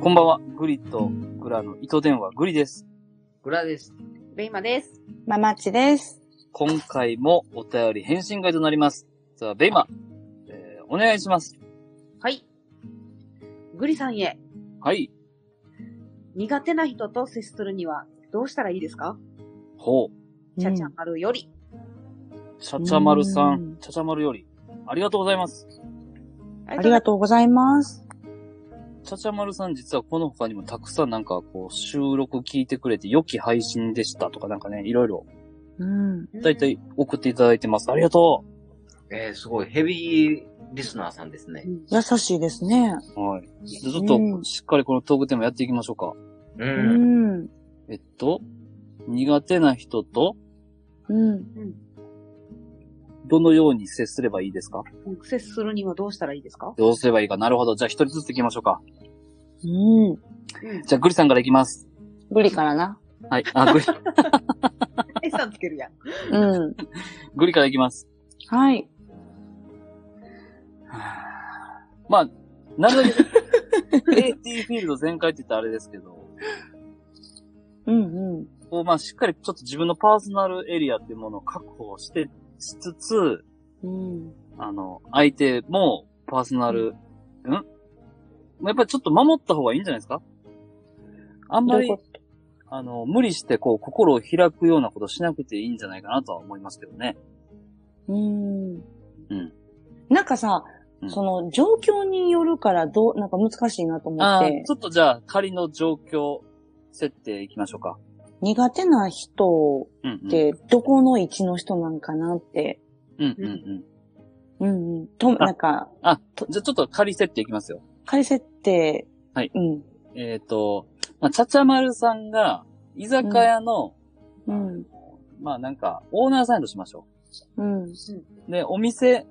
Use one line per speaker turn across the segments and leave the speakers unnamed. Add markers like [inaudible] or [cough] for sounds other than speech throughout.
こんばんは。グリとグラの糸電話、グリです。
グラです。
ベイマです。
ママチです。
今回もお便り返信会となります。さあ、ベイマ、えーお願いします。
はい。グリさんへ、
はい。
苦手な人と接するにはどうしたらいいですか
ほう。
ちゃちゃまるより。
ちゃちゃまるさ
うん
ん、ちゃちゃまるより、ありがとうございます。
あ
ありがとうございます。
ちゃちゃまるさん実はこの他にもたくさんなんかこう収録聞いてくれて良き配信でしたとかなんかね、いろいろ
うん。
う
だいたい送っていただいてます。ありがと
えー、すごい、ヘビーリスナーさんですね。
優しいですね。
う。はい。じゃあちょっとしっかりこのトークテーマやっていきましょうか。
う。
うんん。
えっと、苦手な人と
うん。
どのように接すればいいですか
うん接するにはどうしたらいいですか
どうすればいいか。なるほど。じゃあ一人ずつ行きましょうか。
うん。
うん。
じゃあグリさんから行きます。
ブリからな。
はい。あ、
[laughs]
グリ、
え、さんつけるやん。
うん。
グリから行きます。
はい。
まあ、なるべく、AT フィールド全開って言ったらあれですけど、
うんうん。
こう、まあ、しっかりちょっと自分のパーソナルエリアっていうものを確保して、しつつ、
うん。
あの、相手もパーソナル、んやっぱりちょっと守った方がいいんじゃないですかあん
ど
ま
うい
り
うこ、
あの、無理してこう、心を開くようなことしなくていいんじゃないかなとは思いますけどね。
とうん。
ん
なんかさ
う、ん
その状況によるからどう、なんか難しいなと思
あ
っ
あー、
て
ち、ょっとじゃあ、仮の状況設定いきましょうか。
苦手な人
うん、うん。
ってどこの位置の人なんかなって、
うん、うん、うん。
うんうん。と、
あ
なんか、
あ、じゃあちょっと仮設定いきますよ。
解説って、
はい
うん。
えっ、と、まあ、ちゃちゃまるさんが、居酒屋の、
うん。
まあなんか、オーナーさんやとしましょ
うん。
う。で、お店、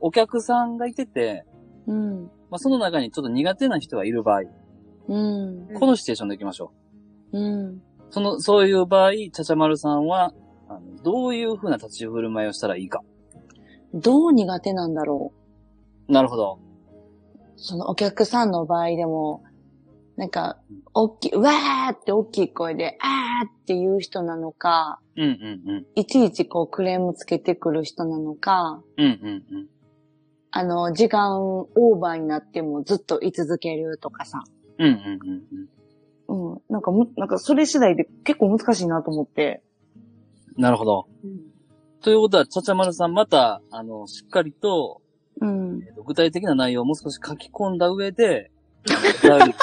お客さんがいてて、
うん。
まあその中にちょっと苦手な人がいる場合、
うん。
このシチュエーションでいきましょ
うん。
う。その、そういう場合、ちゃちゃまるさんは、あのどういう風な立ち振る舞いをしたらいいか。
どう苦手なんだろう。
なるほど。
そのお客さんの場合でも、なんか、大きい、うわーって大きい声で、あーって言う人なのか、
うんうんうん。
いちいちこうクレームつけてくる人なのか、
うんうんうん。
あの、時間オーバーになってもずっと居続けるとかさ。
うんうんうんうん。
うん。なんかむ、なんかそれ次第で結構難しいなと思って。
なるほど。
うん。
ということは、ちゃちゃまるさんまた、あの、しっかりと、
うん。
えーと具体的な内容をもう少し書き込んだ上で、 [laughs] お便り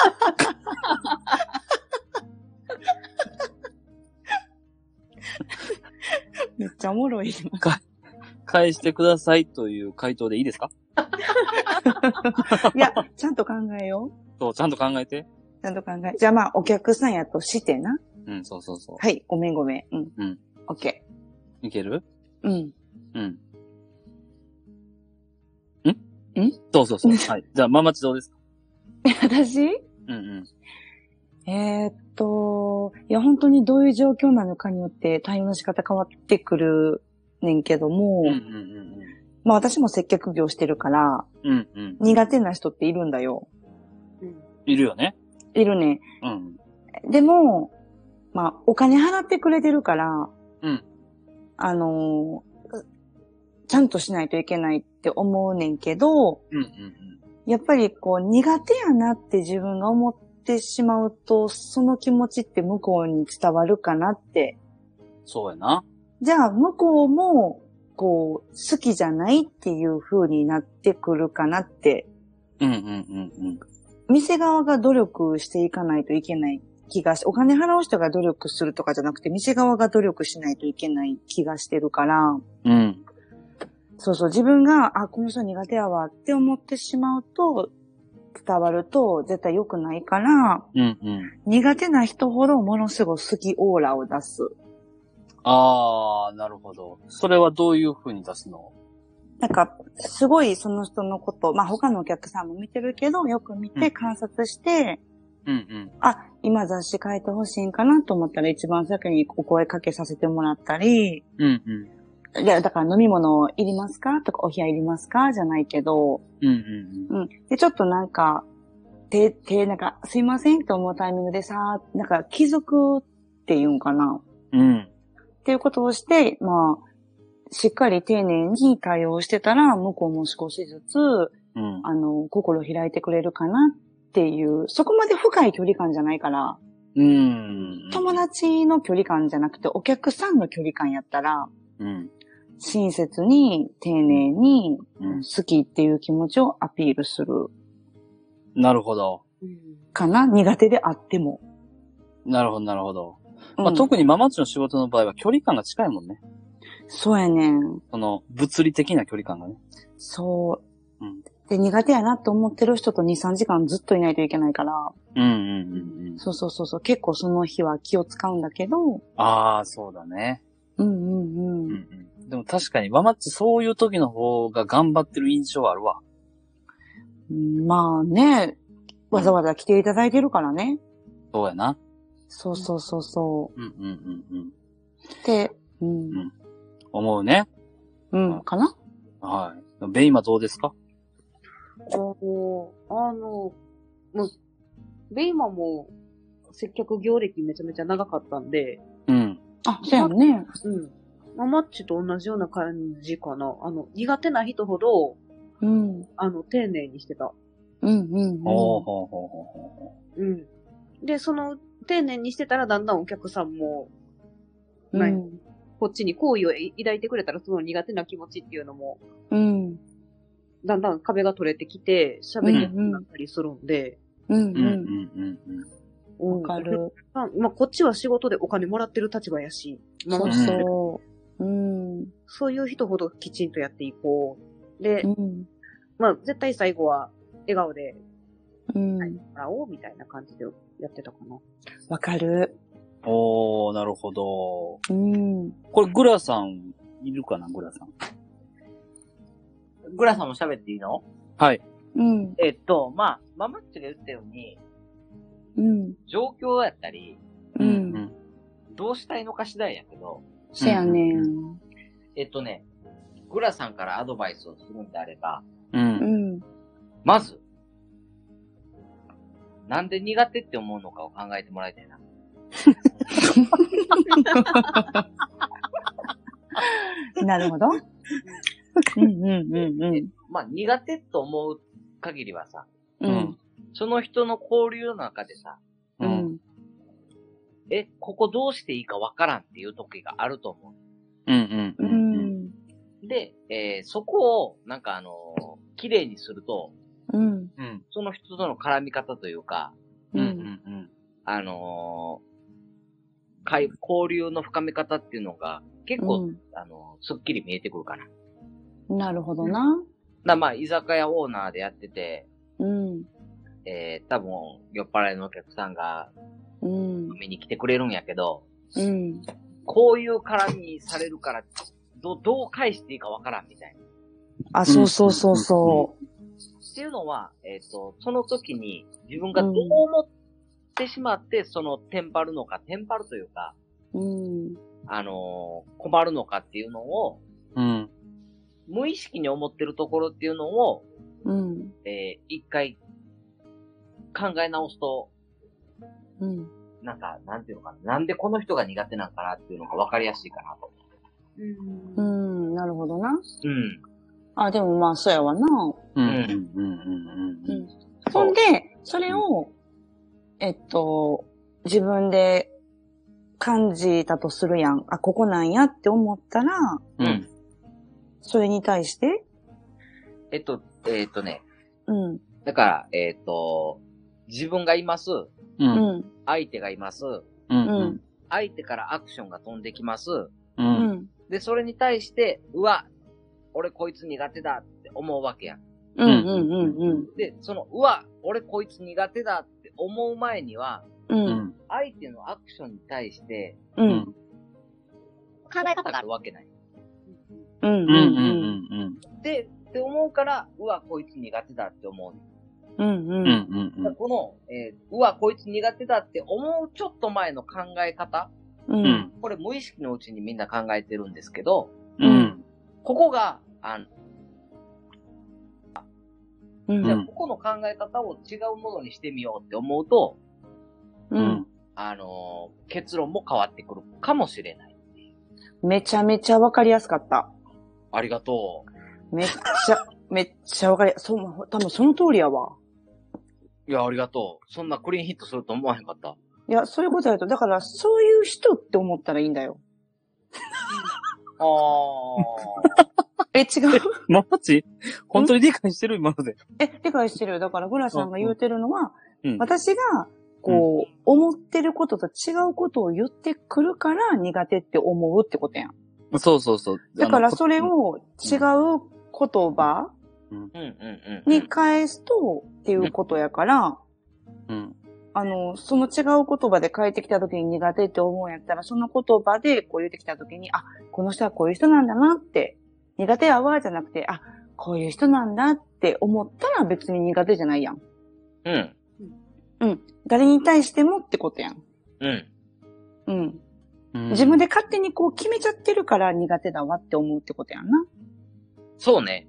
めっちゃおもろい。 [laughs]
返してくださいという回答でいいですか
いや、ちゃんと考えよう。
そう、ちゃんと考えて。
ちゃんと考え。じゃあまあ、お客さんやとしてな。
うん、そうそうそ
はい、ごめんごめん。うん。
うん。
オッケ
う。いける
ー。うん。
うん。んんそうそう [laughs] そう。はい。じゃあ、ママチどうですか
私
うんうん。
えーっと、いや、本当にどういう状況なのかによって対応の仕方変わってくるねんけども、
うんうん
まあ私も接客業してるから、
うんうん。うんうん。
苦手な人っているんだよ。
うん。
いるよね。
いるね。
うん。
でも、まあお金払ってくれてるから、
うん
あのー、ちゃんとしないといけないって思うねんけど、
うんうんうん。
やっぱりこう苦手やなって自分が思ってしまうと、その気持ちって向こうに伝わるかなって
そうやな。
じゃあ、向こうも、こう、好きじゃないっていう風になってくるかなって、
うんうんうんうん。
店側が努力していかないといけない気がし、お金払う人が努力するとかじゃなくて、店側が努力しないといけない気がしてるから、
うん。
そうそう、自分が、あ、この人苦手やわって思ってしまうと、伝わると絶対良くないから、
うんうん。
苦手な人ほどものすごい好きオーラを出す。
あー、なるほど。それはどういう風に出すの
なんか、すごいその人のこと、まあ他のお客さんも見てるけど、よく見
うん
て観察して、
うんうん。
あ、今雑誌書いてほしいんかなと思ったら一番先にお声かけさせてもらったり、
うんうん。
いや、だから飲み物いりますかとか、お部屋いりますかじゃないけど、
うんうん
うん。で、ちょっとなんか、手、手、なんか、すいませんと思うタイミングでさ、なんか、貴族っていうんかな
うん。うん。
っていうことをして、まあ、しっかり丁寧に対応してたら、向こうも少しずつ、
うん。
あの、心開いてくれるかなっていう、そこまで深い距離感じゃないから、
うん。
友達の距離感じゃなくて、お客さんの距離感やったら、
うん。
親切に、丁寧に、
うん。
好きっていう気持ちをアピールする
なるほど。
かな苦手であっても。
なるほど、なるほど。
うん
まあ、特にママッチの仕事の場合は距離感が近いもんね。
そうやねん。
その、物理的な距離感がね。
そう。
うん
で、苦手やなと思ってる人と2、3時間ずっといないといけないから、
うんうんうんうん。
そうそうそう、そう結構その日は気を使うんだけど、
ああ、そうだね。
うんうん
う
うん。
んうん。でも確かに、ママッチそういう時の方が頑張ってる印象はあるわ。
まあね、わざわざ来ていただいてるからね。
そうやな。
そうそうそうそ
うんうんうんうん。
う。って、うん、
うん思うね。
うん、かな
はい。ベイマどうですか
おーあの、もう、ベイマも接客業歴めちゃめちゃ長かったんで、
うん。
あ、そうやんね。
うん。まあ、マッチと同じような感じかな。あの、苦手な人ほど、
うん。うん
あの、丁寧にしてた。
うん
ほうほ
う
うほうほうほう。
うん。で、その、丁寧にしてたらだんだんお客さんも、
ん。
は
う
い
ん。
こっちに好意を抱いてくれたら、その苦手な気持ちっていうのも、
うん。
だんだん壁が取れてきて、喋りやすくなったりするんで、
うん。
うんう
うん
うん
ん。わかる。
まあ、まあこっちは仕事でお金もらってる立場やし、まあ
そううんそう。うん。
そういう人ほどきちんとやっていこう。で
う、ん。
まあ、絶対最後は笑顔で
う
も
ん。
らおうみたいな感じでやってたかな。
わかる。
うん。おー、なるほど。
うん。
これ、グラさん、いるかな、グラさん。
グラさんも喋っていいの
はい。
うん。
えっと、まあ、ママッチョが言ったように、
うん。
状況やったり、
う。
うんん。
どうしたいのか次第やけど、
せやね。
うん
えっとね、グラさんからアドバイスをするんであれば、
う。
うんん。
まず、なんで苦手って思うのかを考えてもらいたいな。
なるほど。うんうんうんうん。
まあ、苦手と思う限りはさ、
うん。
その人の交流の中でさ、
う。
うんん。
え、ここどうしていいかわからんっていう時があると思
うん。
う
うん。
ん。
う。で、えーそこを、なんかあのー綺麗にすると、
うん。
うん。
その人との絡み方というか、
うん。う
うんん。
うん。
あのーかい交流の深め方っていうのが、結構、あのーすっきり見えてくるかな。
なるほどな。
だまあ、居酒屋オーナーでやってて、
うん。
えー、多分、酔っ払いのお客さんが
うん。
飲みに来てくれるんやけど、
うん。
こういう絡みされるから、ど、どう返していいかわからんみたいな。
あ、そうそうそうそ
っていうのは、えっ、と、その時に自分がどう思ってしまって、その、テンパるのか、テンパるというか、
う。うん。
あのー困るのかっていうのを、
うん。
無意識に思ってるところっていうのを、
うん。
えー一回、考え直すと、
うん。
なんか、なんていうのかな、なんでこの人が苦手なんかなっていうのがわかりやすいかなと。
うん
うん。なるほどな。
うん。
あ、でもまあ、そうやわな。
うん。うん。うん。うん。
ほんで、それを、えっと、自分で感じたとするやん。あ、ここなんやって思ったら、
うん。
それに対して、
えっと、えっとね、
うん、
だから、えっと、自分がいます、
う。
うんん、
相手がいます、
うん。
相手からアクションが飛んできます、
う。
うんん、
で、それに対して、うわ、俺こいつ苦手だって思うわけやん。
うん、うん、うん、
で、その、うわ、俺こいつ苦手だって思う前には、
うん、
う
うん、
ん。
相手のアクションに対して、
うん、う
うんん。
考え方があるわけない。
うん、
うん。う。
うんん、
で、って思うから、うわ、こいつ苦手だって思う。
うん、
う
うん、
ん。
だからこの、えーうわ、こいつ苦手だって思うちょっと前の考え方、
うん、
うん。
これ無意識のうちにみんな考えてるんですけど、
うん。
ここが、あん
う
じゃあ
うん
ここの考え方を違うものにしてみようって思うと、
う
うんん。。
あのー結論も変わってくるかもしれない。
めちゃめちゃわかりやすかった。
ありがとう。
めっちゃ、めっちゃわかりや、そう、多分その通りやわ。
いや、ありがとう。そんなクリーンヒットすると思わへんかった。
いや、そういうことやと、だから、そういう人って思ったらいいんだよ。
あ
え、違う。
マジ本当に理解してる今ので。
え、理解してるよ。だから、グラさんが言うてるのは、
うん
私が、こう、思ってることと違うことを言ってくるから苦手って思うってことやん。
そうそうそう。
だか
あ
ら、
の
それ。を違う言葉
ー。うんうんうん。
に返すとっていうことやから、
うん。
あの、その違う言葉で返ってきた時に苦手って思うんやったら、その言葉でこう言ってきた時に、あ、この人はこういう人なんだなって、苦手やわじゃなくて、あ、こういう人なんだって思ったら別に苦手じゃないやん。
うん。
誰に対してもってことやん。
うん。
うん。
うん
自分で勝手にこう決めちゃってるから苦手だわって思うってことやんな。
そうね。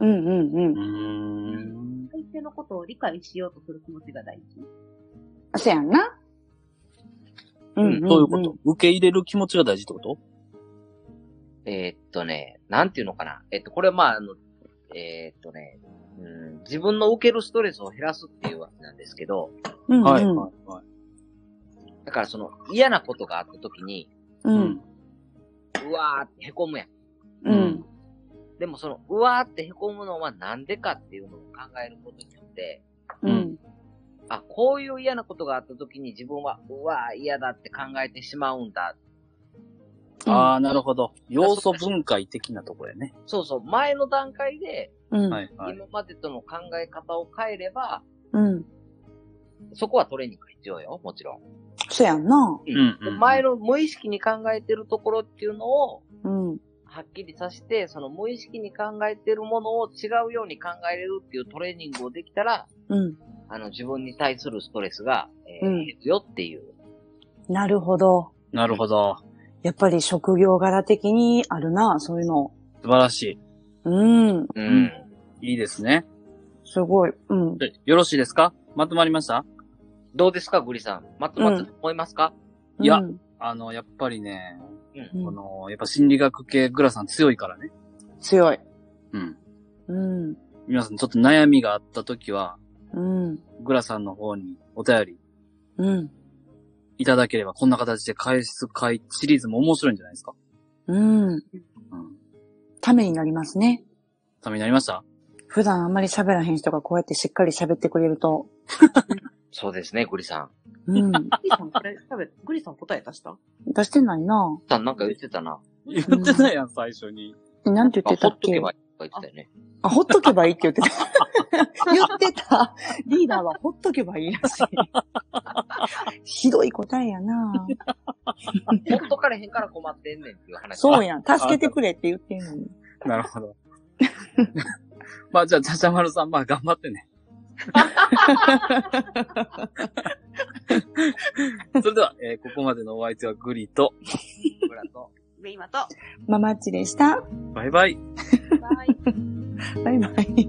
う。んうんう。
うんーん。
相手のことを理解しようとする気持ちが大事。
あそうやんな。うんんん
どういうこと受け入れる気持ちが大事ってこと
えーっとね、なんていうのかな。えっと、これはまあ、あの、えーっとね、うん、自分の受けるストレスを減らすっていうわけなんですけど、
うんうん。
はい、はい、はい。
だからその嫌なことがあった時に、
う
うん
ん。
うわーって凹むやん。
うん。
でもその、うわーって凹むのはなんでかっていうのを考えることによって、
う
うんん。
あ、こういう嫌なことがあった時に自分は、うわー嫌だって考えてしまうんだ。
ああ、なるほど。要素分解的なところやね。
そうそう、前の段階で、
うん。
はい、はい。
今までとの考え方を変えれば、
うん。
そこはトレーニングが必要よ、もちろん。
そうやんな。
うんうんうん
前の無意識に考えてるところっていうのを、
うん。
はっきりさせて、その無意識に考えてるものを違うように考えれるっていうトレーニングをできたら、
うん。
あの、自分に対するストレスが、えー
うん
減るよっていう。
なるほど。
なるほど。
やっぱり職業柄的にあるな、そういうの。
素晴らし
うん。
うん
い。いいですね。
すごい。うん。
でよろしいですかまとまりました
どうですか、グリさん。まとまったと思いますか、
いや
うん
あの、やっぱりね、
うん
この、やっぱ心理学系グラさん強いからね。
強い。
うん。
うん。
皆さんちょっと悩みがあった時は、
うん。
グラさんの方にお便り
うん。
いただければ、こんな形で返す回シリーズも面白いんじゃないですか
うん。
うん。
ためになりますね。
ためになりました
普段あんまり喋らへん人がこうやってしっかり喋ってくれると。
そうですね、グリさん。 [laughs]
うん。
グリさん、これ、食べ、グリさん答え出した
出してないな
さんなんか言ってたな。
言ってないやん、最初に。
なんて言って
あ
た
ほっ
っ
とけ
け
ばいいとか言ってたよね。
あ、ほっとけばいいって言ってた。 [laughs] 言ってた。リーダーはほっとけばいいらしい。
[laughs]
ひどい答えやな
ほっとかれへんから困ってんねんっていう話。
そう
や。
やん。助けてくれって言ってんのに。
なるほど。まあ、じゃあ、ちゃちゃまるさん、まあ、頑張って [laughs] ね。それでは、えーここまでのお相手はグリと、
グラと
ベイマと。
ママッチでした。
バイバイ。
バイ。
バイバイ。